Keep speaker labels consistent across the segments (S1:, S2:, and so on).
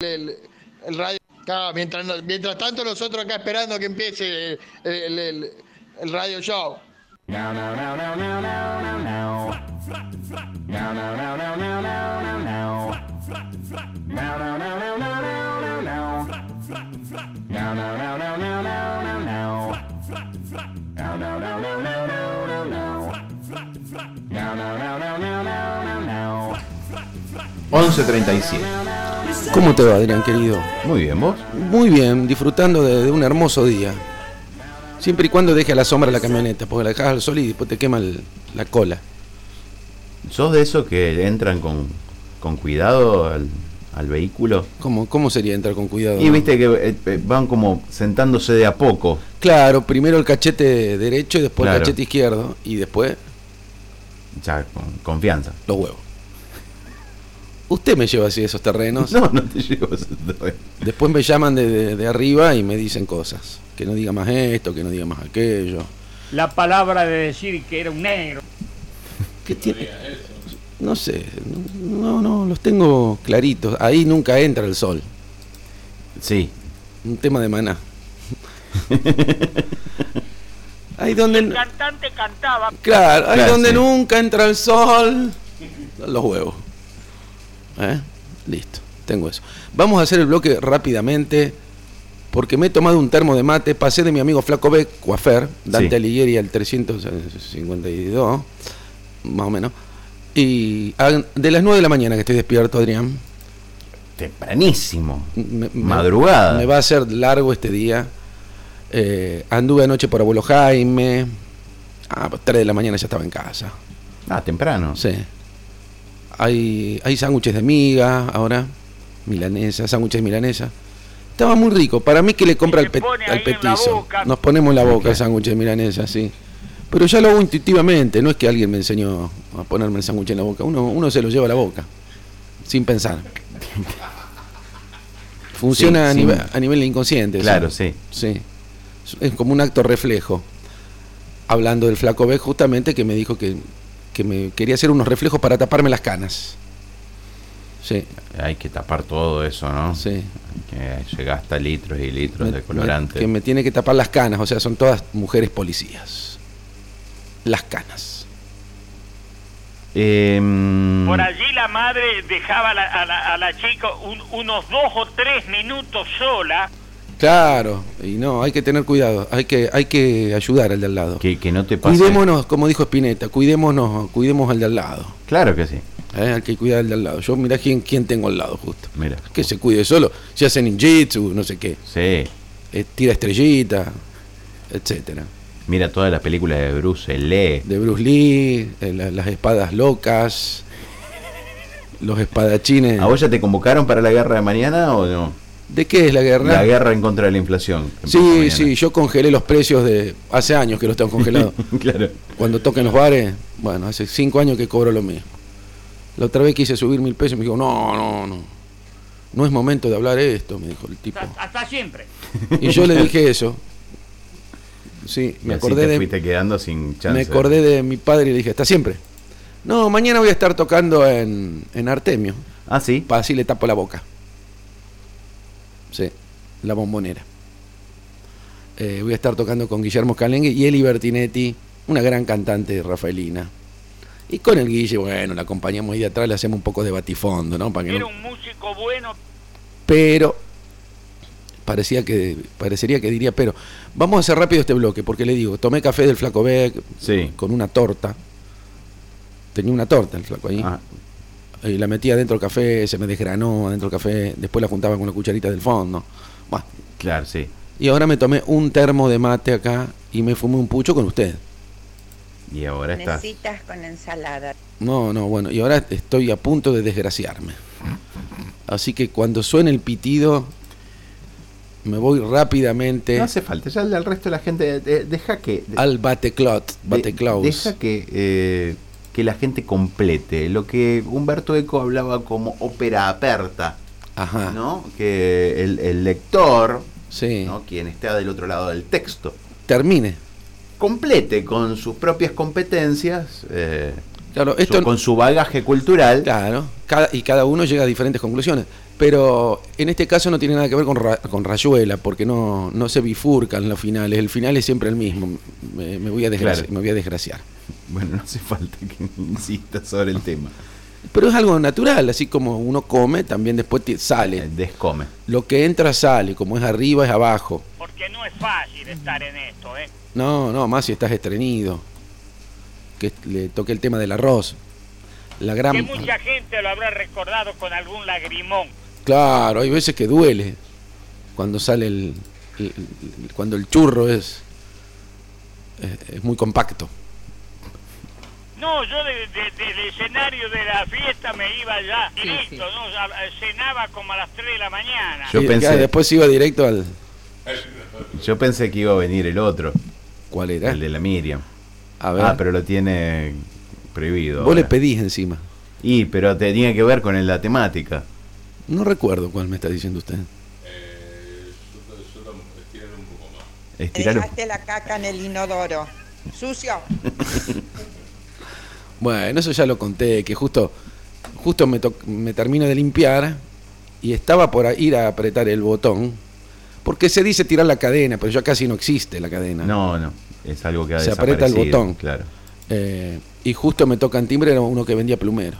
S1: el, el radio. Claro, mientras, nos- mientras tanto nosotros acá esperando que empiece el, el- el- el radio show.
S2: ¿Cómo te va, Adrián, querido?
S3: Muy bien, vos.
S2: Muy bien, disfrutando de, de un hermoso día. Siempre y cuando deje a la sombra la camioneta, porque la dejas al sol y después te quema el- la cola.
S3: ¿Sos de esos que entran con, con cuidado al, al vehículo?
S2: ¿Cómo, ¿Cómo sería entrar con cuidado?
S3: Y
S2: no?
S3: viste que eh, eh, van como sentándose de a poco.
S2: Claro, primero el cachete derecho y después el
S3: Claro.
S2: cachete izquierdo y después
S3: Ya, con confianza.
S2: los huevos. Usted me lleva así a esos terrenos,
S3: No, no te llevo a ese terreno.
S2: después me llaman de, de- de arriba y me dicen cosas. Que no diga más esto, que no diga más aquello.
S4: La palabra de decir que era un negro.
S2: ¿Qué tiene? No sé, no, no, los tengo claritos. Ahí nunca entra el sol.
S3: Sí,
S2: Un tema de maná. ahí donde,
S4: cantante cantaba.
S2: claro, ahí
S3: Claro,
S2: donde
S3: sí.
S2: nunca entra el sol. Los huevos. ¿Eh? Listo, tengo eso. Vamos a hacer el bloque rápidamente. Porque me he tomado un termo de mate, pasé de mi amigo Flaco B, Coafer, Dante
S3: Sí.
S2: Alighieri al 352, más o menos. Y a- de las 9 de la mañana que estoy despierto, Adrián.
S3: tempranísimo.
S2: me- me-
S3: Madrugada.
S2: Me va a ser largo este día. Eh, anduve anoche por abuelo Jaime. A 3 de la mañana ya estaba en casa.
S3: Ah, temprano.
S2: Sí. Hay, hay sándwiches de miga ahora. Milanesa, sándwiches de milanesa. Estaba muy rico. Para mí que le compra
S4: Y
S2: al,
S4: se
S2: pe-
S4: pone
S2: al
S4: ahí en la
S2: petizo.
S4: boca.
S2: Nos ponemos en la boca
S3: Ok.
S2: el sándwich de milanesa, sí. Pero ya lo hago intuitivamente. No es que alguien me enseñó a ponerme el sándwich en la boca. Uno, uno se lo lleva a la boca. Sin pensar. Funciona
S3: Sí,
S2: a,
S3: sí.
S2: nivel, a nivel inconsciente.
S3: Claro, sí.
S2: Sí. Es como un acto reflejo. Hablando del flaco B, justamente, que me dijo que, que me quería hacer unos reflejos para taparme las canas. Sí,
S3: Hay que tapar todo eso, ¿no?
S2: sí.
S3: Que se gasta litros y litros
S2: Me-
S3: de
S2: me-
S3: colorante.
S2: que me tiene que tapar las canas, o sea, son todas mujeres policías. Las canas.
S3: Em,
S4: Por allí la madre dejaba a la, a la- a la chica un- unos dos o tres minutos sola.
S2: Claro, y no, hay que tener cuidado, hay que, hay que ayudar al de al lado.
S3: que, que no te pase.
S2: Cuidémonos, como dijo Spinetta, cuidémonos, cuidemos al de al lado.
S3: Claro que sí.
S2: ¿eh? Hay que cuidar al de al lado. Yo mirá quién, quién tengo al lado, justo.
S3: Mira.
S2: que se cuide solo, si hace ninjitsu, no sé qué,
S3: Sí.
S2: eh, tira estrellita, etcétera.
S3: Mira toda la película de Bruce Lee.
S2: De Bruce Lee, eh, la- las espadas locas, los espadachines.
S3: ¿A vos ya te convocaron para la guerra de mañana o no?
S2: ¿De qué es la guerra?
S3: La guerra en contra de la inflación. que empieza
S2: Sí,
S3: mañana.
S2: sí, yo congelé los precios de hace años que los tengo congelados.
S3: claro.
S2: Cuando toquen los bares, bueno, hace cinco años que cobro lo mío. La otra vez quise subir mil pesos y me dijo, no, no, no. No es momento de hablar esto, me dijo el tipo.
S4: Hasta, hasta siempre.
S2: Y yo le dije eso. Sí, me
S3: Y así
S2: acordé
S3: te
S2: de,
S3: fuiste quedando sin chance.
S2: Me acordé de mi padre y le dije, hasta siempre. No, mañana voy a estar tocando en, en Artemio.
S3: Ah, sí.
S2: Para así le tapo la boca. Sí, la bombonera. Eh, voy a estar tocando con Guillermo Calengue y Eli Bertinetti, una gran cantante rafaelina. Y con el Guille, bueno, la acompañamos ahí de atrás, le hacemos un poco de batifondo, ¿no? Para que
S4: Era
S2: no-
S4: un músico bueno.
S2: Pero parecía que parecería que diría, pero vamos a hacer rápido este bloque, porque le digo, tomé café del Flaco Beck,
S3: Sí.
S2: con una torta. Tenía una torta el flaco ahí.
S3: Ah,
S2: Y la metía dentro del café, se me desgranó dentro del café. Después la juntaba con la cucharita del fondo. Bueno,
S3: claro, sí.
S2: y ahora me tomé un termo de mate acá y me fumé un pucho con usted.
S3: Y ahora está.
S5: Necesitas con ensalada.
S2: No, no, bueno, y ahora estoy a punto de desgraciarme. Así que cuando suene el pitido, me voy rápidamente
S3: No hace falta. Ya al resto de la gente. de- deja que. de-
S2: al bateclot.
S3: de- deja que. eh, que la gente complete lo que Humberto Eco hablaba como ópera aperta,
S2: Ajá.
S3: ¿no? Que el, el lector,
S2: Sí.
S3: ¿no? quien está del otro lado del texto,
S2: Termine.
S3: complete con sus propias competencias eh,
S2: Claro,
S3: Su-
S2: esto,
S3: con su bagaje cultural.
S2: Claro, cada- y cada uno llega a diferentes conclusiones. Pero en este caso no tiene nada que ver con, Ra- con Rayuela, porque no, no se bifurcan los finales. El final es siempre el mismo. Me, me voy a desgraci-
S3: Claro.
S2: me voy a desgraciar.
S3: Bueno, no hace falta que insista sobre el tema.
S2: Pero es algo natural, así como uno come, también después ti-
S3: Eh,
S2: sale.
S3: Descome.
S2: Lo que entra sale, como es arriba es abajo.
S4: Porque no es fácil estar en esto, ¿eh?
S2: No, no, más si estás estrenido. Que le toqué el tema del arroz. La gran...
S4: Que mucha gente lo habrá recordado con algún lagrimón.
S2: Claro, hay veces que duele cuando sale el, el- el- cuando el churro es, es, es muy compacto.
S4: No, yo de- de- del escenario de la fiesta me iba ya directo, ¿no? Ya, eh, Cenaba como a las 3 de la mañana.
S3: Yo
S2: Y
S3: pensé-
S2: claro, después iba directo al
S3: Yo pensé que iba a venir el otro,
S2: ¿cuál era?
S3: el de la Miriam.
S2: A ver.
S3: Ah, pero lo tiene prohibido.
S2: vos le
S3: ahora.
S2: pedís encima.
S3: Y, pero tenía que ver con la temática.
S2: No recuerdo cuál me está diciendo usted.
S5: Te
S3: Estirar un-
S5: dejaste la caca en el inodoro. Sucio.
S2: Bueno, eso ya lo conté, que justo justo me, toc- me termino de limpiar y estaba por a- ir a apretar el botón, porque se dice tirar la cadena, pero ya casi no existe la cadena.
S3: No, no. Es algo que ha
S2: Se aprieta el
S3: desaparecido,
S2: botón.
S3: Claro.
S2: Eh, y justo me tocan timbre, era uno que vendía plumero.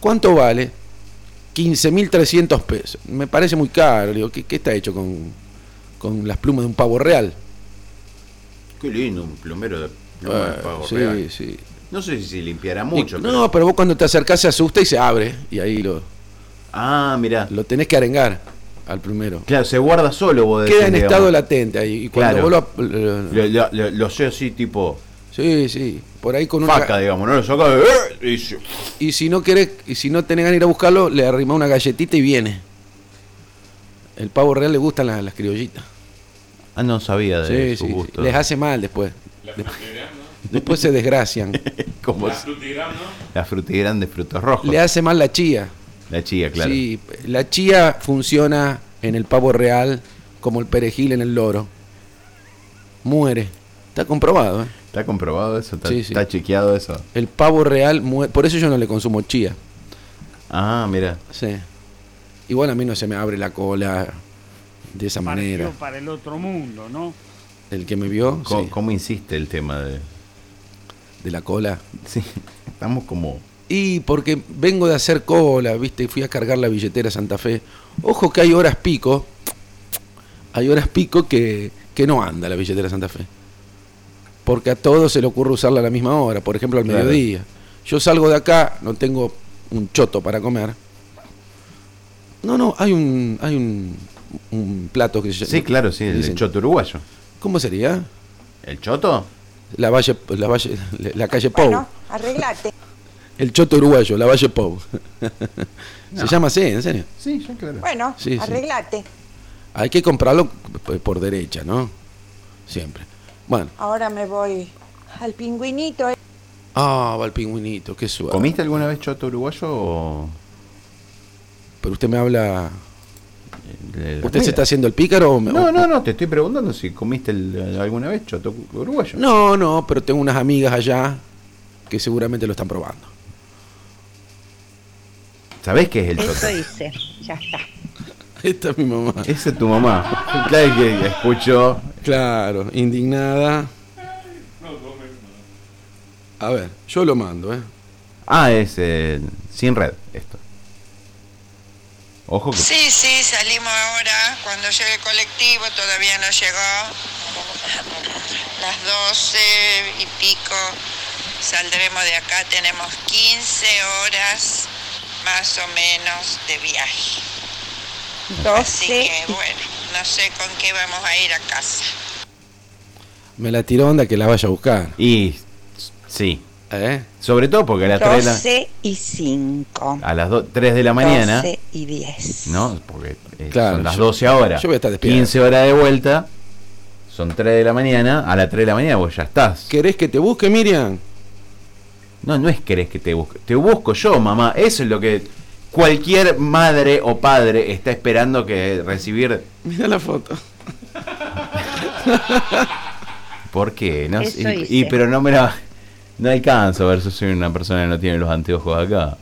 S2: ¿Cuánto vale? 15.300 pesos. Me parece muy caro. Le Digo, ¿qué, qué está hecho con, con las plumas de un pavo real?
S3: Qué lindo, un plomero de
S2: Eh, sí, sí.
S3: No sé si se limpiará mucho.
S2: Y-
S3: pero-
S2: No, pero vos cuando te acercás se asusta y se abre. Y ahí lo,
S3: Ah, mirá.
S2: lo tenés que arengar al plumero.
S3: Claro, se guarda solo, vos
S2: Queda en
S3: decís,
S2: estado
S3: digamos.
S2: latente ahí. Y cuando
S3: Claro.
S2: vos lo, lo-
S3: Lo, lo, lo- lo sé así, tipo
S2: Sí, sí. Por ahí con una.
S3: faca, digamos, ¿no? Lo saca de- ¡eh! y se-
S2: Y si no querés, y si no tenés ganas de ir a buscarlo, le arrimá una galletita y viene. El pavo real le gustan las, las criollitas.
S3: Ah, no sabía de
S2: Sí,
S3: su
S2: sí, sí.
S3: gusto.
S2: Les hace mal después. Después- Después se desgracian.
S3: Como si- La frutigrán de frutos rojos.
S2: Le hace mal la chía.
S3: La chía, claro.
S2: Sí, la chía funciona en el pavo real como el perejil en el loro. Muere. Está comprobado. ¿eh?
S3: ¿Está comprobado eso? ¿Está,
S2: Sí, sí.
S3: está chequeado eso?
S2: El pavo real muere. Por eso yo no le consumo chía.
S3: Ah, mira.
S2: Sí. Igual a mí no se me abre la cola de esa manera.
S6: Partió para el otro mundo, ¿no?
S2: El que me vio,
S3: ¿Cómo,
S2: sí,
S3: cómo insiste el tema de.?
S2: de la cola.
S3: Sí, estamos como.
S2: Y porque vengo de hacer cola, viste, fui a cargar la billetera a Santa Fe. Ojo que hay horas pico, hay horas pico que, que no anda la billetera Santa Fe. Porque a todos se le ocurre usarla a la misma hora, por ejemplo al
S3: Claro.
S2: mediodía. Yo salgo de acá, no tengo un choto para comer. No, no, hay un, hay un, un plato que se
S3: Sí, claro, sí, el
S2: dicen,
S3: choto uruguayo.
S2: ¿Cómo sería?
S3: ¿El choto?
S2: La valle, la valle, la calle Pou.
S3: Oh.
S5: Bueno, arreglate.
S2: El choto uruguayo, la Valle Pau. Se llama así, en serio.
S3: Sí, yo claro.
S5: Bueno,
S2: Sí, sí.
S5: arreglate.
S2: Hay que comprarlo p- por derecha, ¿no? Siempre. Bueno.
S5: Ahora me voy al pingüinito. eh.
S2: Ah, va el pingüinito, qué suave.
S3: ¿Comiste alguna vez choto uruguayo o.?
S2: Pero usted me habla...
S3: eh, de la
S2: ¿Usted se está
S3: comida?
S2: haciendo el pícaro? o me-
S3: No,
S2: o-
S3: no, no, te estoy preguntando si comiste el- alguna vez choto uruguayo.
S2: No, no, pero tengo unas amigas allá que seguramente lo están probando.
S3: ¿Sabés qué es el choto?
S7: Eso hice, ya está.
S2: Esta es mi mamá.
S3: Esa es tu mamá. Claro que escuchó.
S2: Claro, indignada. A ver, yo lo mando, ¿eh?
S3: Ah, es eh, sin red, esto. Ojo que.
S8: Sí, sí, salimos ahora. Cuando llegue el colectivo, todavía no llegó. Las 12 y pico saldremos de acá. Tenemos 15 horas más o menos de viaje.
S5: 12.
S8: Así que bueno, no sé con qué vamos a ir a casa.
S2: Me la tiró onda que la vaya a buscar.
S3: Y. Sí.
S2: ¿Eh?
S3: Sobre todo porque a las 3 de
S7: 12 y 5.
S3: la, a las do- 3 de la mañana.
S7: 12 y 10.
S3: ¿no? Porque eh,
S2: Claro,
S3: son las
S2: yo-
S3: 12 horas.
S2: yo voy a estar despierto.
S3: 15 horas de vuelta. Son 3 de la mañana. A las 3 de la mañana vos ya estás.
S2: ¿Querés que te busque, Miriam?
S3: No, no es querés que te busque. Te busco yo, mamá. Eso es lo que cualquier madre o padre está esperando que recibir.
S2: Mira la foto.
S3: ¿Por qué? No sé.
S7: Eso
S3: y,
S7: hice.
S3: y- pero no me la. No alcanzo versus soy una persona que no tiene los anteojos acá.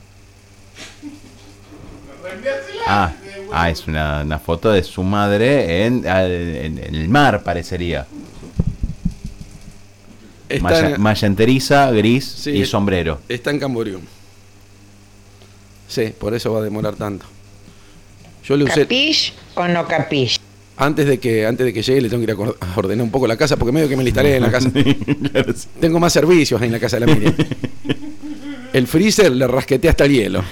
S3: Ah, ah es una, una foto de su madre en, al- en- en el mar, parecería.
S2: Está,
S3: Malla,
S2: en-
S3: malla enteriza, gris
S2: Sí,
S3: y
S2: es-
S3: sombrero.
S2: está en Camboriú. Sí, por eso va a demorar tanto. Yo le usé.
S7: ¿Capish o no capish?
S2: Antes de que antes de que llegue le tengo que ir a cor- a ordenar un poco la casa porque medio que me la instalé en la casa.
S3: Claro, sí.
S2: Tengo más servicios ahí en la casa de la Miriam. El freezer le rasqueté hasta el hielo.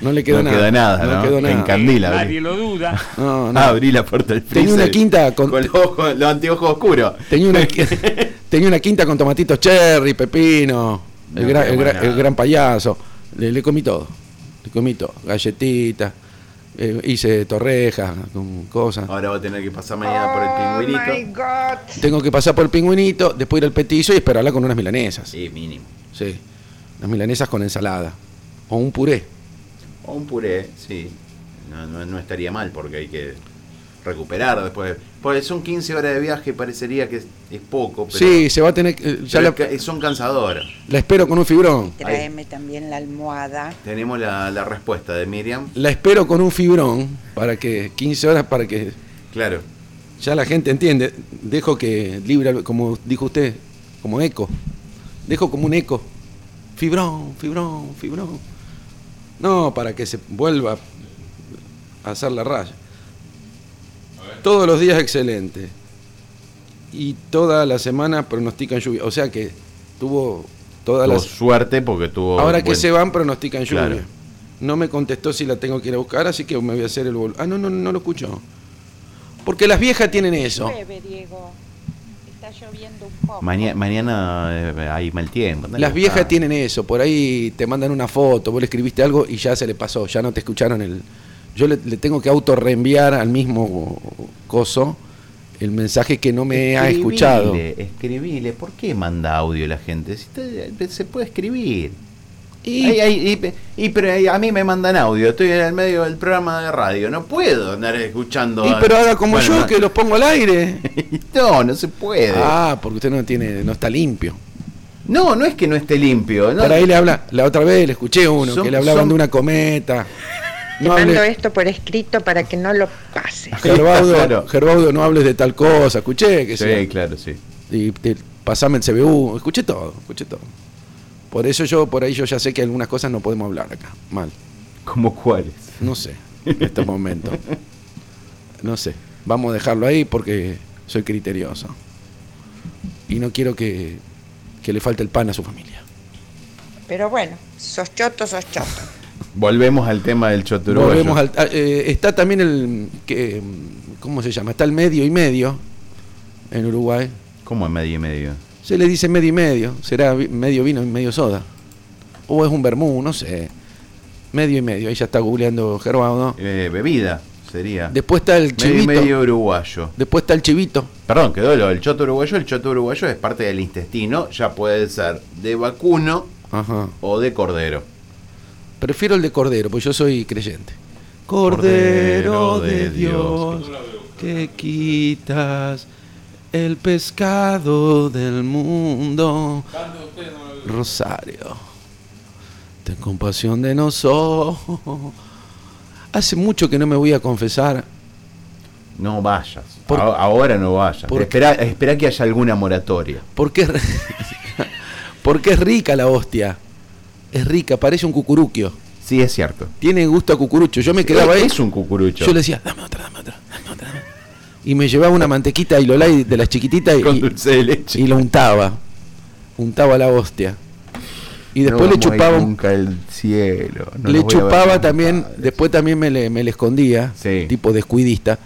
S2: No le quedó
S3: no
S2: nada.
S3: quedó nada, ¿no?
S2: No quedó
S3: En
S2: nada.
S3: candila.
S4: Eh,
S6: Nadie lo duda.
S2: No, no.
S3: Ah, Abrí la puerta del freezer.
S2: Tenía una quinta con-
S3: con los, ojos- los anteojos oscuros.
S2: Tenía una, qui- tenía una quinta con tomatitos cherry, pepino, el,
S3: No
S2: gran,
S3: quedó
S2: el gran-
S3: nada.
S2: el gran payaso. Le, le comí todo. Le comí todo. Galletitas, eh, hice torrejas con cosas.
S3: Ahora va a tener que pasar mañana por el
S7: Oh
S5: Oh,
S7: my
S3: pingüinito.
S7: God.
S2: Tengo que pasar por el pingüinito, después ir al petizo y esperarla con unas milanesas.
S3: Sí, mínimo.
S2: Sí. Unas milanesas con ensalada. O un puré.
S3: O un puré, sí. No, no- no estaría mal porque hay que recuperar después. Porque son 15 horas de viaje, parecería que es, es poco, pero,
S2: sí, se va a tener que. eh, ya
S3: pero
S2: la,
S3: es ca- son cansadoras.
S2: la espero con un fibrón.
S7: Tráeme también la almohada.
S3: Tenemos la, la respuesta de Miriam.
S2: La espero con un fibrón para que. 15 horas para que.
S3: Claro.
S2: Ya la gente entiende. Dejo que libre, al- como dijo usted, como eco. Dejo como un eco. Fibrón, fibrón, fibrón. No, para que se vuelva a hacer la raya. Todos los días excelente. Y toda la semana pronostican lluvia. O sea que tuvo todas
S3: Tuvo
S2: las...
S3: suerte porque tuvo.
S2: Ahora que
S3: buen-
S2: se van, pronostican lluvia.
S3: Claro.
S2: No me contestó si la tengo que ir a buscar, así que me voy a hacer el boludo. Ah, no, no, no lo escucho. Porque las viejas tienen eso.
S5: Llueve, Diego. Está lloviendo un poco.
S3: Maña- mañana eh, hay mal tiempo. andá a
S2: Las viejas
S3: buscar.
S2: tienen eso. Por ahí te mandan una foto, vos le escribiste algo y ya se le pasó, ya no te escucharon el. Yo le, le tengo que auto reenviar al mismo coso el mensaje que no me ha
S3: Escribile,
S2: escuchado.
S3: Escribile, ¿por qué manda audio la gente? Si te- se puede escribir.
S2: Y-
S3: Ay, ay, y, y, pero ay, a mí me mandan audio, estoy en el medio del programa de radio, no puedo andar escuchando.
S2: y
S3: a-
S2: pero haga como
S3: Bueno, Eh.
S2: yo
S3: no-
S2: que los pongo al aire.
S3: No, no se puede.
S2: Ah, porque usted no tiene, no está limpio.
S3: No, no es que no esté limpio. No,
S2: Por ahí le habla, la otra vez le escuché uno,
S3: Son-
S2: que le hablaban
S3: son-
S2: de una cometa.
S7: Te
S2: No
S7: mando
S2: hables,
S7: esto por escrito para que no lo pases.
S2: Gerbaudo,
S3: Claro.
S2: Gerbaudo, no hables de tal cosa, escuché que
S3: Sí,
S2: sea.
S3: claro, sí.
S2: y te- pasame el CBU, escuché todo, escuché todo. Por eso yo, por ahí yo ya sé que algunas cosas no podemos hablar acá, mal,
S3: ¿Cómo cuáles?
S2: no sé, en estos momentos. No sé, vamos a dejarlo ahí porque soy criterioso. Y no quiero que, que le falte el pan a su familia.
S5: Pero bueno, sos choto, sos choto.
S3: Volvemos al tema del choturugo.
S2: Volvemos al- a- eh, está también el, que, mm, ¿cómo se llama? Está el medio y medio en Uruguay.
S3: ¿Cómo en medio y medio?
S2: Se le dice medio y medio. Será vi- medio vino y medio soda. O es un vermú, no sé. Medio y medio. Ahí ya está googleando Gerbaudo.
S3: Eh, bebida sería.
S2: Después está el
S3: medio y
S2: chivito.
S3: medio uruguayo.
S2: Después está el chivito.
S3: Perdón, quedó lo del choto uruguayo. El choto uruguayo es parte del intestino, ya puede ser de vacuno
S2: Ajá.
S3: o de cordero.
S2: Prefiero el de cordero, porque yo soy creyente.
S3: Cordero
S2: Cordero
S3: de
S2: de Dios, que quitas el pescado del mundo. Rosario, ten compasión de nosotros. Hace mucho que no me voy a confesar.
S3: No vayas.
S2: Por-
S3: A- ahora no vayas.
S2: ¿Por
S3: Espera, espera que haya alguna moratoria.
S2: Porque es, porque es rica la hostia. Es rica, parece un cucuruquio.
S3: Sí, es cierto.
S2: Tiene gusto a cucurucho. Yo me quedaba ahí.
S3: Es un cucurucho.
S2: Yo le decía, dame otra, dame otra, dame otra. dame otra". Y me llevaba una mantequita y lolay de las chiquititas
S3: Con
S2: y,
S3: dulce de leche.
S2: y lo untaba. Untaba la hostia. Y después le chupaba, un-
S3: nunca el cielo. No
S2: le
S3: los voy a ver
S2: chupaba
S3: nunca.
S2: también, después también me le, me le escondía,
S3: Sí.
S2: tipo descuidista,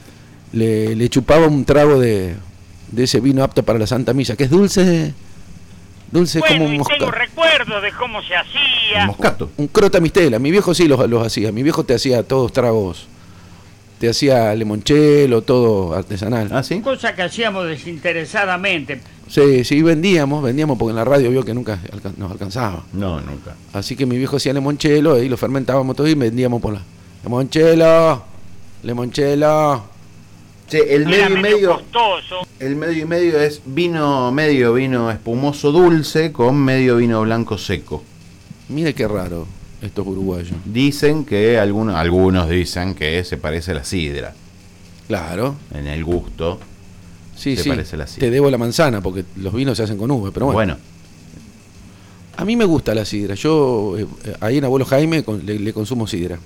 S2: le, le chupaba un trago de, de ese vino apto para la Santa Misa, que es dulce, dulce como
S4: Bueno,
S2: un
S4: y tengo
S2: moscato.
S4: recuerdos de cómo se
S3: El
S4: hacía.
S3: moscato.
S2: Un crota mistela, mi viejo sí los, los hacía, mi viejo te hacía todos tragos, te hacía limonchelo, todo artesanal.
S3: ¿Ah, sí?
S6: Cosa que hacíamos desinteresadamente.
S2: Sí, sí, vendíamos, vendíamos porque en la radio vio que nunca alca- nos alcanzaba.
S3: No, nunca.
S2: Así que mi viejo hacía limonchelo y lo fermentábamos todo y vendíamos por la. ¡Limonchelo! ¡Limonchelo!
S3: Che, el
S4: Era
S3: medio y
S4: medio,
S3: medio,
S4: costoso.
S3: el medio y medio es vino medio vino espumoso dulce con medio vino blanco seco.
S2: Mire qué raro estos uruguayos.
S3: Dicen que algunos, algunos dicen que se parece a la sidra
S2: Claro.
S3: en el gusto.
S2: Sí,
S3: Se
S2: sí.
S3: parece la sidra.
S2: Te debo la manzana porque los vinos se hacen con uva, pero Ah, bueno.
S3: bueno,
S2: A mí me gusta la sidra. Yo eh, eh, ahí en abuelo Jaime con- le, le consumo sidra.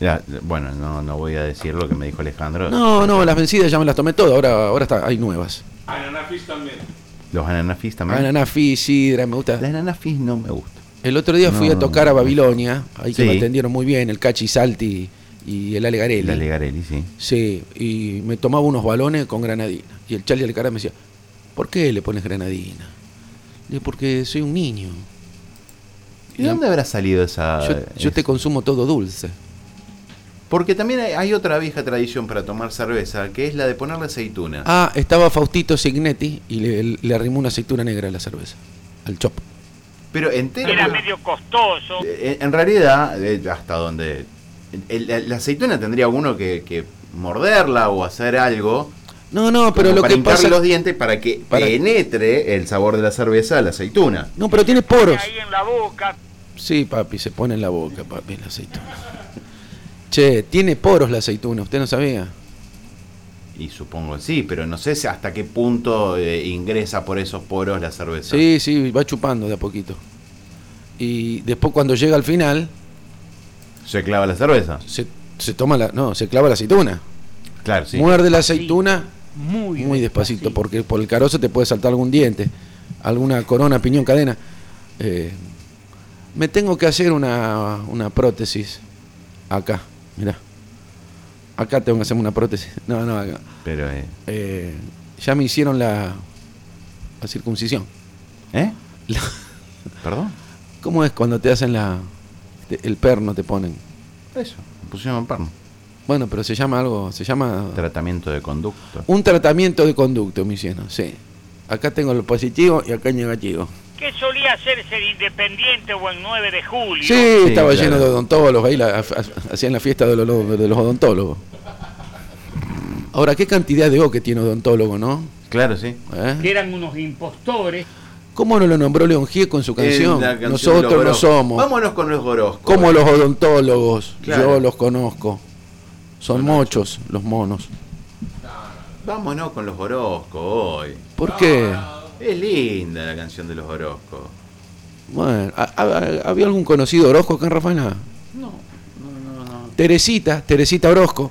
S3: ya, bueno, no, no voy a decir lo que me dijo Alejandro.
S2: No, no, las vencidas ya me las tomé todas. Ahora, ahora está, hay nuevas.
S3: Los ananafis también.
S2: Ananafis, sidra, me
S3: Los
S2: gusta.
S3: ananafis no me gustan.
S2: El otro día fui
S3: No,
S2: a tocar a
S3: no, no.
S2: Babilonia. Ahí que
S3: Sí.
S2: me atendieron muy bien el Cachi Salti y el Ale Garelli.
S3: La Legarelli, sí.
S2: Sí, y me tomaba unos balones con granadina. Y el Charlie Alcaraz me decía, ¿por qué le pones granadina? Le digo, porque soy un niño.
S3: ¿Y de dónde habrá salido esa.?
S2: Yo, yo
S3: Ah, es-
S2: te consumo todo dulce.
S3: Porque también hay, hay otra vieja tradición para tomar cerveza, que es la de ponerle aceituna.
S2: Ah, estaba Faustito Signetti y le, le arrimó una aceituna negra a la cerveza. Al chop.
S3: Pero entero.
S4: Era medio costoso.
S3: Eh, En realidad, eh, hasta donde. el- el- la aceituna tendría uno que, que morderla o hacer algo.
S2: No, no, pero
S3: como
S2: lo
S3: para
S2: que
S3: hincarle
S2: pasa...
S3: los dientes para que
S2: Para-
S3: penetre el sabor de la cerveza a la aceituna.
S2: No, pero tiene poros.
S4: Ahí en la boca.
S2: Sí, papi, se pone en la boca, papi, la aceituna. Che, tiene poros la aceituna, ¿usted no sabía?
S3: Y supongo que sí, pero no sé si hasta qué punto eh, ingresa por esos poros la cerveza.
S2: Sí, sí, va chupando de a poquito. Y después cuando llega al final,
S3: Se clava la cerveza.
S2: se, se toma la... No, se clava la aceituna.
S3: Claro, sí.
S2: Muerde la aceituna
S6: Muy,
S2: muy despacito, porque por el carozo te puede saltar algún diente, alguna corona, piñón, cadena. Eh, me tengo que hacer una, una prótesis acá, mirá. Acá tengo que hacerme una prótesis. No, no, acá.
S3: Pero, eh,
S2: Eh, ya me hicieron la, la circuncisión.
S3: ¿eh?
S2: La-
S3: ¿Perdón?
S2: ¿Cómo es cuando te hacen la te- el perno te ponen?
S3: Eso. Me pusieron en perno.
S2: Bueno, pero se llama algo, se llama
S3: Tratamiento de conducto.
S2: un tratamiento de conducto, me hicieron, sí. Acá tengo lo positivo y acá el negativo.
S4: ¿Qué solía hacerse el Independiente o el 9 de julio?
S2: Sí,
S3: Sí,
S2: estaba
S3: claro.
S2: lleno de odontólogos, ahí la- ha- hacían la fiesta de los, de los odontólogos. Ahora, ¿qué cantidad de O que tiene odontólogo, no?
S3: Claro, sí.
S2: ¿Eh?
S6: Que eran unos impostores.
S2: ¿Cómo no lo nombró León Gieco con su canción?
S3: Eh, la canción de los
S2: Nosotros no
S3: goroscos.
S2: somos
S3: Vámonos con los goroscos.
S2: como los odontólogos,
S3: Claro.
S2: yo los conozco. Son mochos los monos.
S3: Vámonos con los goroscos hoy.
S2: ¿Por qué?
S3: Es linda la canción de los goroscos.
S2: Bueno, ¿ha- ha- ¿había algún conocido Orozco acá en Rafaela?
S3: No, no, no, no.
S2: Teresita, Teresita Orozco.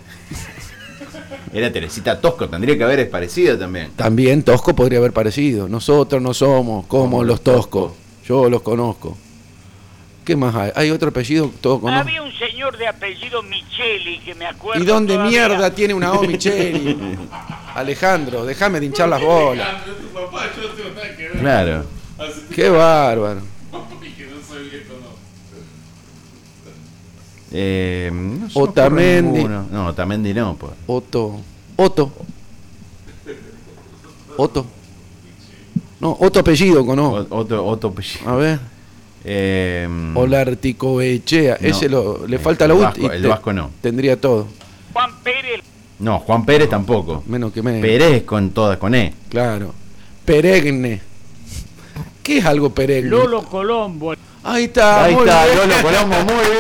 S3: Era Teresita Tosco, tendría que haber es parecida también.
S2: También Tosco podría haber parecido. Nosotros no somos como los Toscos. Yo los conozco. ¿Qué más hay? ¿Hay otro apellido que todos conocen?
S4: Había un señor de apellido Micheli que me acuerdo.
S2: ¿Y dónde
S4: todavía.
S2: mierda tiene una O Micheli? Alejandro, déjame de hinchar las bolas.
S3: Claro.
S2: Qué bárbaro.
S3: Eh, no se me ocurre
S2: Otamendi.
S3: ninguno. No, Otamendi no, pues.
S2: Otto. Otto. Otto. No, Ah. otro apellido conozco.
S3: O- Otto, Otto Pelli-
S2: A ver.
S3: Eh,
S2: Olártico Echea.
S3: No, Eh,
S2: Ese lo, le
S3: el
S2: falta la
S3: vasco-
S2: última.
S3: el vasco no.
S2: Tendría todo.
S4: Juan Pérez
S3: No, Juan Pérez tampoco.
S2: Menos que menos.
S3: Pérez con todas, con E.
S2: Claro. Peregne. ¿Qué es algo peregne?
S6: Lolo Colombo.
S2: Ahí está.
S3: Ahí
S2: Ah, muy
S3: está,
S2: bien.
S3: Lolo Colombo, muy bien.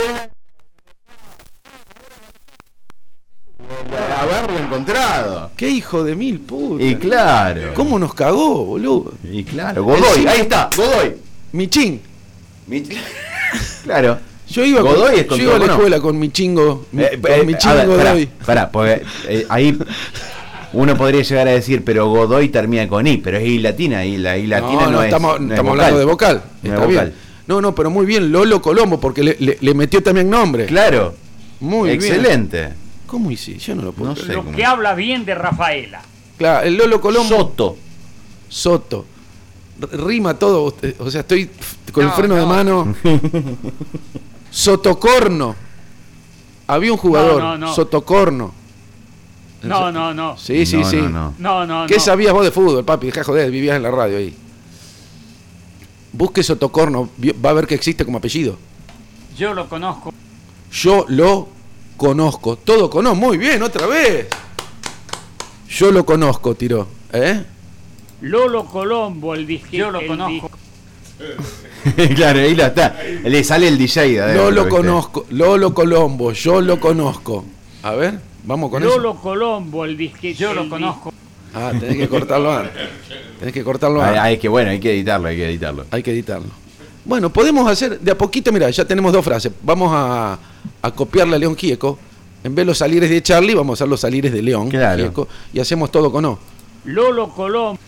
S3: Haberlo encontrado.
S2: Qué hijo de mil putas.
S3: Y claro.
S2: ¿Cómo nos cagó, boludo?
S3: Y claro, Godoy,
S2: Encima-
S3: ahí está, Godoy.
S2: Michín.
S3: Mi- claro.
S2: Yo iba, con-
S3: Godoy es
S2: yo iba a la
S3: contra-
S2: escuela con mi chingo. Mi,
S3: Eh,
S2: con
S3: eh,
S2: mi
S3: a
S2: chingo
S3: ver, pará,
S2: Godoy.
S3: pará, porque eh, ahí uno podría llegar a decir, pero Godoy termina con I, pero es I latina, y la I latina no,
S2: no,
S3: es-
S2: estamos,
S3: no es
S2: estamos hablando de vocal.
S3: No es
S2: Está bien.
S3: vocal.
S2: No, no, pero muy bien, Lolo Colombo, porque le, le- le metió también nombre.
S3: Claro.
S2: Muy bien.
S3: Excelente.
S2: ¿Cómo hice? Yo no lo puedo
S3: No
S2: creer.
S3: sé
S6: Lo
S3: cómo-
S6: que habla bien de Rafaela.
S2: Claro, el Lolo Colombo.
S3: Soto.
S2: Soto. R- Rima todo, o sea, estoy f- con el freno de mano. Sotocorno. Había un jugador,
S6: No, no, no.
S2: Sotocorno.
S6: No, no, no.
S2: Sí, sí,
S3: No,
S2: sí.
S3: no,
S6: No,
S3: no.
S6: no,
S2: ¿Qué
S6: no.
S2: sabías vos de fútbol, papi? Dejá de joder, vivías en la radio ahí. Busque Sotocorno, vi- va a ver que existe como apellido.
S6: Yo lo conozco.
S2: Yo lo conozco. Todo conozco. Muy bien, otra vez. Yo lo conozco, tiró. ¿Eh?
S6: Lolo Colombo, el disque.
S9: Yo lo
S6: el
S9: conozco.
S6: dis-
S3: claro, ahí la está. Le sale el DJ. de adentro,
S2: No lo
S3: ¿viste?
S2: conozco. Lolo Colombo, yo lo conozco. A ver, vamos con eso.
S6: Lolo Colombo, el disque.
S9: Yo
S6: el
S9: lo
S6: dis-
S9: conozco.
S2: Ah, tenés que cortarlo antes. Tenés que cortarlo
S3: Ah,
S2: antes.
S3: ah, es que bueno, hay que editarlo, hay que editarlo.
S2: Hay que editarlo. Bueno, podemos hacer de a poquito, mira, ya tenemos dos frases. Vamos a, a copiarle a León Gieco. En vez de los salires de Charlie, vamos a hacer los salires de León
S3: Claro.
S2: Gieco, y hacemos todo con O.
S6: Lolo Colombo.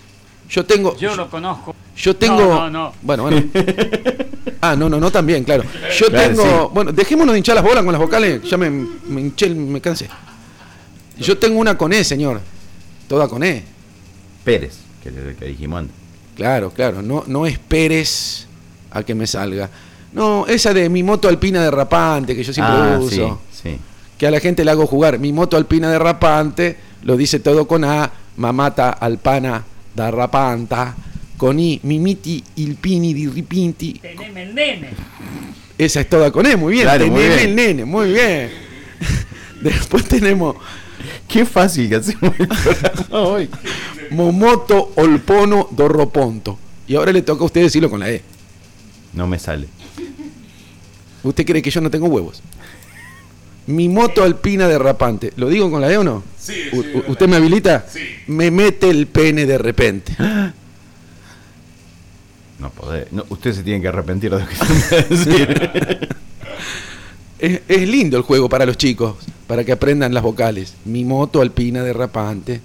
S2: Yo tengo.
S9: Yo lo conozco.
S2: Yo tengo.
S6: No, no, no.
S2: Bueno, bueno. Ah, no, no, no también, claro. Yo
S3: Claro,
S2: tengo.
S3: sí.
S2: Bueno, dejémonos de hinchar las bolas con las vocales. Ya me, me hinché, el- me cansé. Yo tengo una con E, señor. Toda con E.
S3: Pérez, que es el que dijimos antes.
S2: Claro, claro. No, no esperes a que me salga. No, esa de mi moto alpina derrapante, que yo siempre
S3: ah,
S2: uso.
S3: sí, sí.
S2: Que a la gente le hago jugar. Mi moto alpina derrapante, lo dice todo con A. Mamata alpana derrapanta. Con I, mimiti, ilpini, dirripinti.
S6: Teneme el nene.
S2: Esa es toda con E, muy bien.
S3: Claro, muy
S2: teneme
S3: bien.
S2: el nene, muy bien. Después tenemos
S3: Qué fácil que hacemos el programa hoy.
S2: Momoto Olpono Dorroponto. Y ahora le toca a usted decirlo con la E.
S3: No me sale.
S2: ¿Usted cree que yo no tengo huevos? Mi moto alpina derrapante. ¿Lo digo con la E o no? Sí. ¿Usted me habilita? Sí. Me mete el pene de repente.
S3: No podés. No, usted se tiene que arrepentir de lo que se decir.
S2: Es, es lindo el juego para los chicos, para que aprendan las vocales. Mi moto alpina derrapante,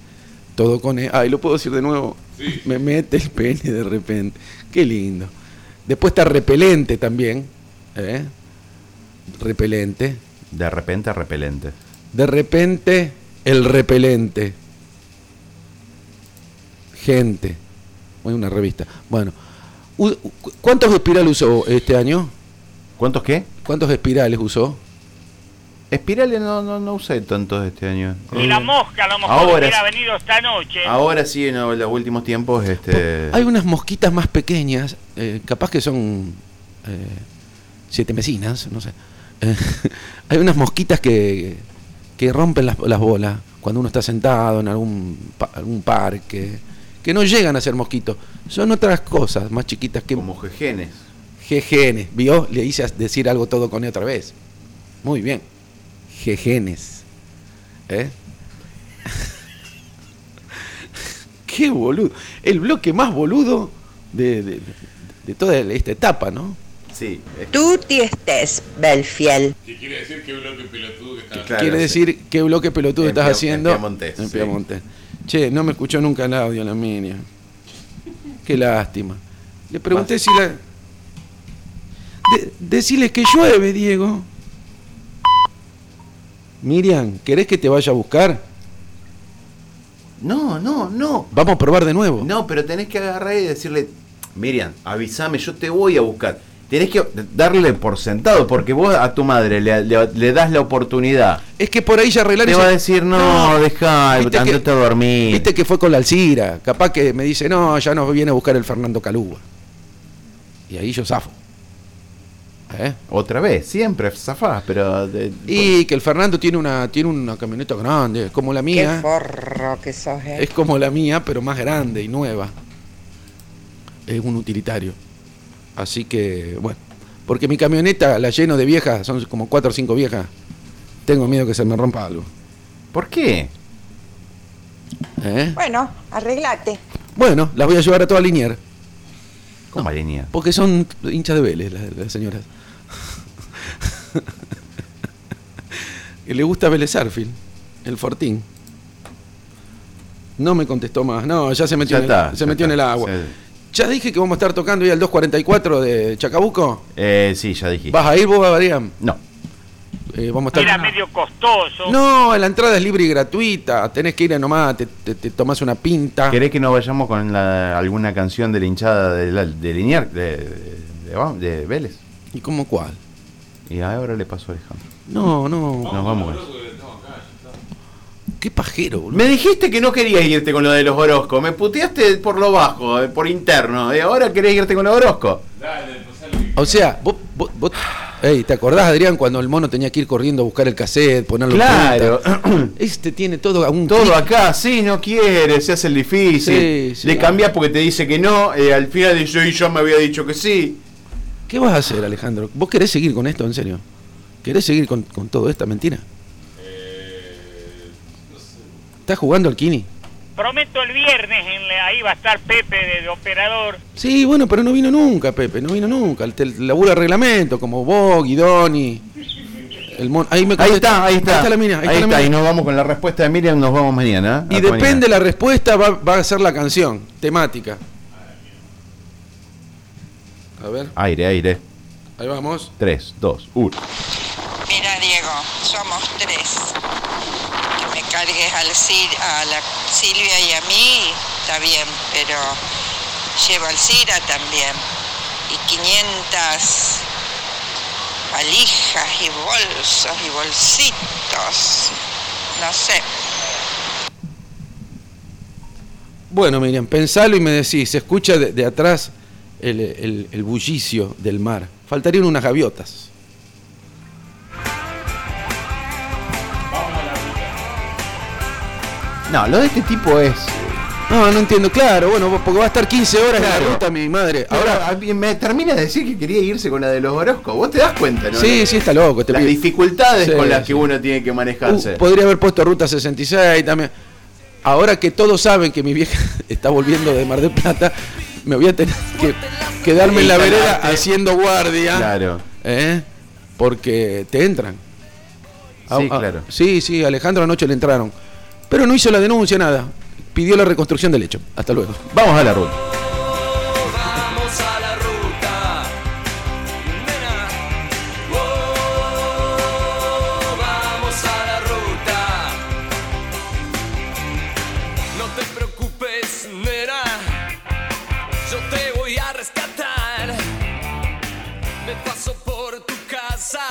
S2: todo con... E. Ay, lo puedo decir de nuevo. Me mete el pene de repente. Qué lindo. Después está repelente también. ¿eh? Repelente.
S3: De repente, repelente.
S2: De repente, el repelente. Gente. Hay una revista. Bueno. U- cu- ¿Cuántos espirales usó este año?
S3: ¿Cuántos qué?
S2: ¿Cuántos espirales usó?
S3: Espirales no, no, no usé tantos este año.
S4: Y
S2: Mm.
S4: la mosca, a lo mejor
S3: Ahora
S4: hubiera
S3: sí.
S4: venido esta noche.
S2: Ah,
S3: Ahora sí, en los últimos tiempos, este.
S2: Hay unas mosquitas más pequeñas, eh, capaz que son eh, siete mesinas, no sé. Eh, hay unas mosquitas que, que rompen las, las bolas cuando uno está sentado en algún, pa- algún parque, que no llegan a ser mosquitos. Son otras cosas más chiquitas que
S3: Como jejenes.
S2: jejenes. ¿Vio? Le hice decir algo todo con E otra vez. Muy bien. Jejenes. ¿Eh? Qué boludo. El bloque más boludo de, de- de toda esta etapa, ¿no?
S3: Sí. es-
S7: Tú te estés, Belfiel.
S3: claro,
S2: Quiere
S3: sí.
S2: decir qué bloque pelotudo
S3: En
S2: estás
S3: Pia-
S2: haciendo.
S3: en Piamontés,
S2: En
S3: sí.
S2: Piamontés. Che, no me escuchó nunca el audio la minia. Qué lástima. Le pregunté si la. De- decile que llueve, Diego. Miriam, ¿querés que te vaya a buscar?
S3: No, no, no.
S2: Vamos a probar de nuevo.
S3: No, pero tenés que agarrar y decirle, Miriam, avísame, yo te voy a buscar. Tenés que darle por sentado, porque vos a tu madre le, le- le das la oportunidad.
S2: Es que por ahí ya arreglar
S3: Te va a decir, no, dejá,
S2: Viste
S3: andate
S2: que-
S3: a dormir.
S2: Viste que fue con la Alcira. Capaz que me dice, no, ya nos viene a buscar el Fernando Calúa. Y ahí yo zafo. ¿Eh?
S3: Otra vez, siempre zafás, pero... de-
S2: Y que el Fernando tiene una, tiene una camioneta grande, es como la
S5: Qué
S2: mía.
S5: forro que sos, eh.
S2: Es como la mía, pero más grande y nueva. Es un utilitario. Así que, bueno. Porque mi camioneta la lleno de viejas, son como cuatro o cinco viejas. Tengo miedo que se me rompa algo.
S3: ¿Por qué?
S2: ¿eh?
S5: Bueno, arreglate.
S2: Bueno, las voy a llevar a toda Linier.
S3: ¿Cómo línea?
S2: Porque son hinchas de Vélez las, las señoras. y le gusta Vélez Arfield, el Fortín. No me contestó más. No, ya se metió,
S3: Ya
S2: en, el,
S3: está,
S2: se
S3: ya
S2: metió en el
S3: está.
S2: agua.
S3: Sí.
S2: Ya dije que vamos a estar tocando hoy al 244 de Chacabuco.
S3: Eh, sí, ya dijiste.
S2: ¿Vas a ir vos, Adrián?
S3: No.
S2: Eh, vamos a
S4: Era
S2: estar...
S4: medio costoso.
S2: No, la entrada es libre y gratuita. Tenés que ir nomás, te, te, te tomás una pinta.
S3: ¿Querés que nos vayamos con la- alguna canción de la hinchada de, la- de Linier, de, de- de- de Vélez?
S2: ¿Y cómo cuál?
S3: Y ahora le pasó a Alejandro.
S2: No, no.
S3: Nos vamos con eso.
S2: Qué pajero, boludo.
S3: Me dijiste que no querías irte con lo de los Orozco. Me puteaste por lo bajo, eh, por interno. Y ahora querés irte con los Orozco.
S2: O sea, vos, vos- vos Ey, ¿te acordás, Adrián, cuando el mono tenía que ir corriendo a buscar el cassette, ponerlo en
S3: Claro.
S2: punta? Este tiene todo a un
S3: Todo
S2: clic.
S3: acá, sí, no quiere, se hace el difícil.
S2: Sí, sí. ah.
S3: Le cambias porque te dice que no, eh, al final yo y yo me había dicho que sí.
S2: ¿Qué vas a hacer, Alejandro? ¿Vos querés seguir con esto, en serio? ¿Querés seguir con, con toda esta mentira? ¿Estás jugando al Kini?
S4: Prometo el viernes, en la- ahí va a estar Pepe de, de operador.
S2: Sí, bueno, pero no vino nunca, Pepe, no vino nunca. El, el laburo de reglamento, como vos, Guidoni. El mon- ahí, me
S3: Ahí
S2: contesta.
S3: está, ahí está.
S2: Ahí está la mina. Ahí, está, la
S3: y
S2: mina.
S3: nos vamos con la respuesta de Miriam, nos vamos mañana.
S2: Y depende la respuesta, va, va a ser la canción, temática. A ver,
S3: Aire, aire.
S2: ahí vamos.
S3: 3, 2, 1.
S8: Mira, Diego, somos tres. Que me cargues al Sil- a la Silvia y a mí, está bien, pero llevo al Cira también. Y 500 valijas y bolsos y bolsitos. No sé.
S2: Bueno, Miriam, pensalo y me decís, se escucha de, de atrás el, el- el bullicio del mar. Faltarían unas gaviotas.
S3: No, lo de este tipo es.
S2: No, no entiendo, claro, bueno, vos- porque va a estar 15 horas en
S3: Claro.
S2: la ruta, mi madre. Ahora,
S3: Ahora, a mí me termina de decir que quería irse con la de los Orozco. ¿Vos te das cuenta, no?
S2: sí, sí, está loco. este Te
S3: Las
S2: pido.
S3: dificultades
S2: Sí,
S3: con las
S2: sí.
S3: que uno tiene que manejarse.
S2: Uh, podría haber puesto ruta 66 también. Ahora que todos saben que mi vieja está volviendo de Mar del Plata, me voy a tener que quedarme en la vereda
S3: Instalarte.
S2: haciendo guardia.
S3: Claro.
S2: ¿eh? Porque te entran.
S3: Sí,
S2: Ah, ah,
S3: claro.
S2: Sí, sí, Alejandro anoche le entraron. Pero no hizo la denuncia, nada. Pidió la reconstrucción del hecho. Hasta luego.
S3: Vamos a la ruta.
S9: No te preocupes, nena. Yo te voy a rescatar. Me paso por tu casa.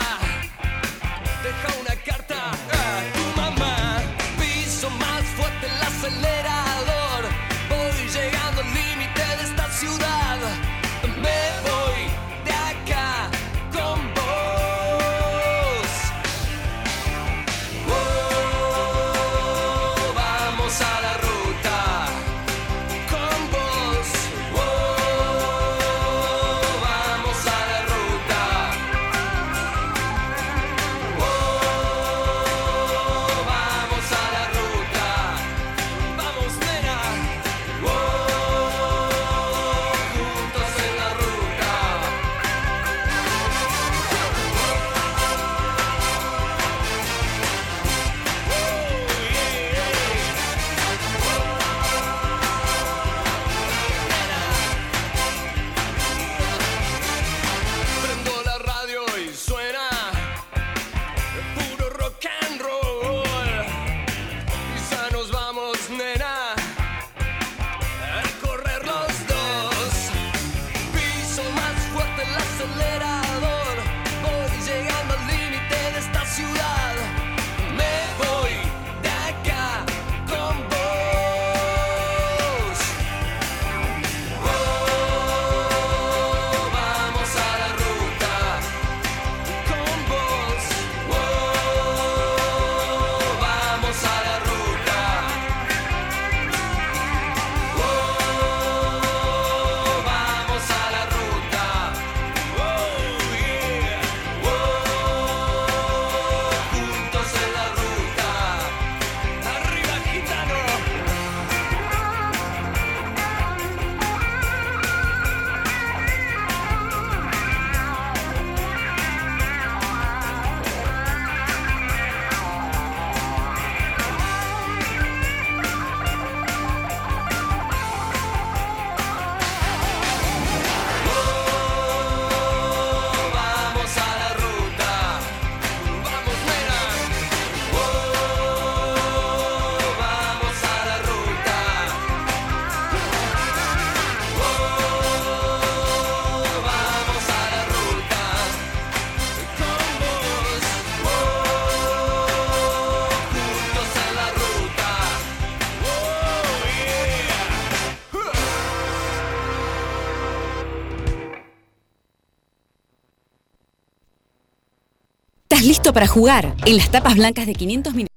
S9: Deja una carta a tu mamá. Piso más fuerte el acelerador. Voy llegando al límite Oh, Oh, Oh, Oh, Oh, Oh, Oh, Oh, Oh, Oh, Oh,
S10: estás listo para jugar. En las tapas blancas de 500 minutos.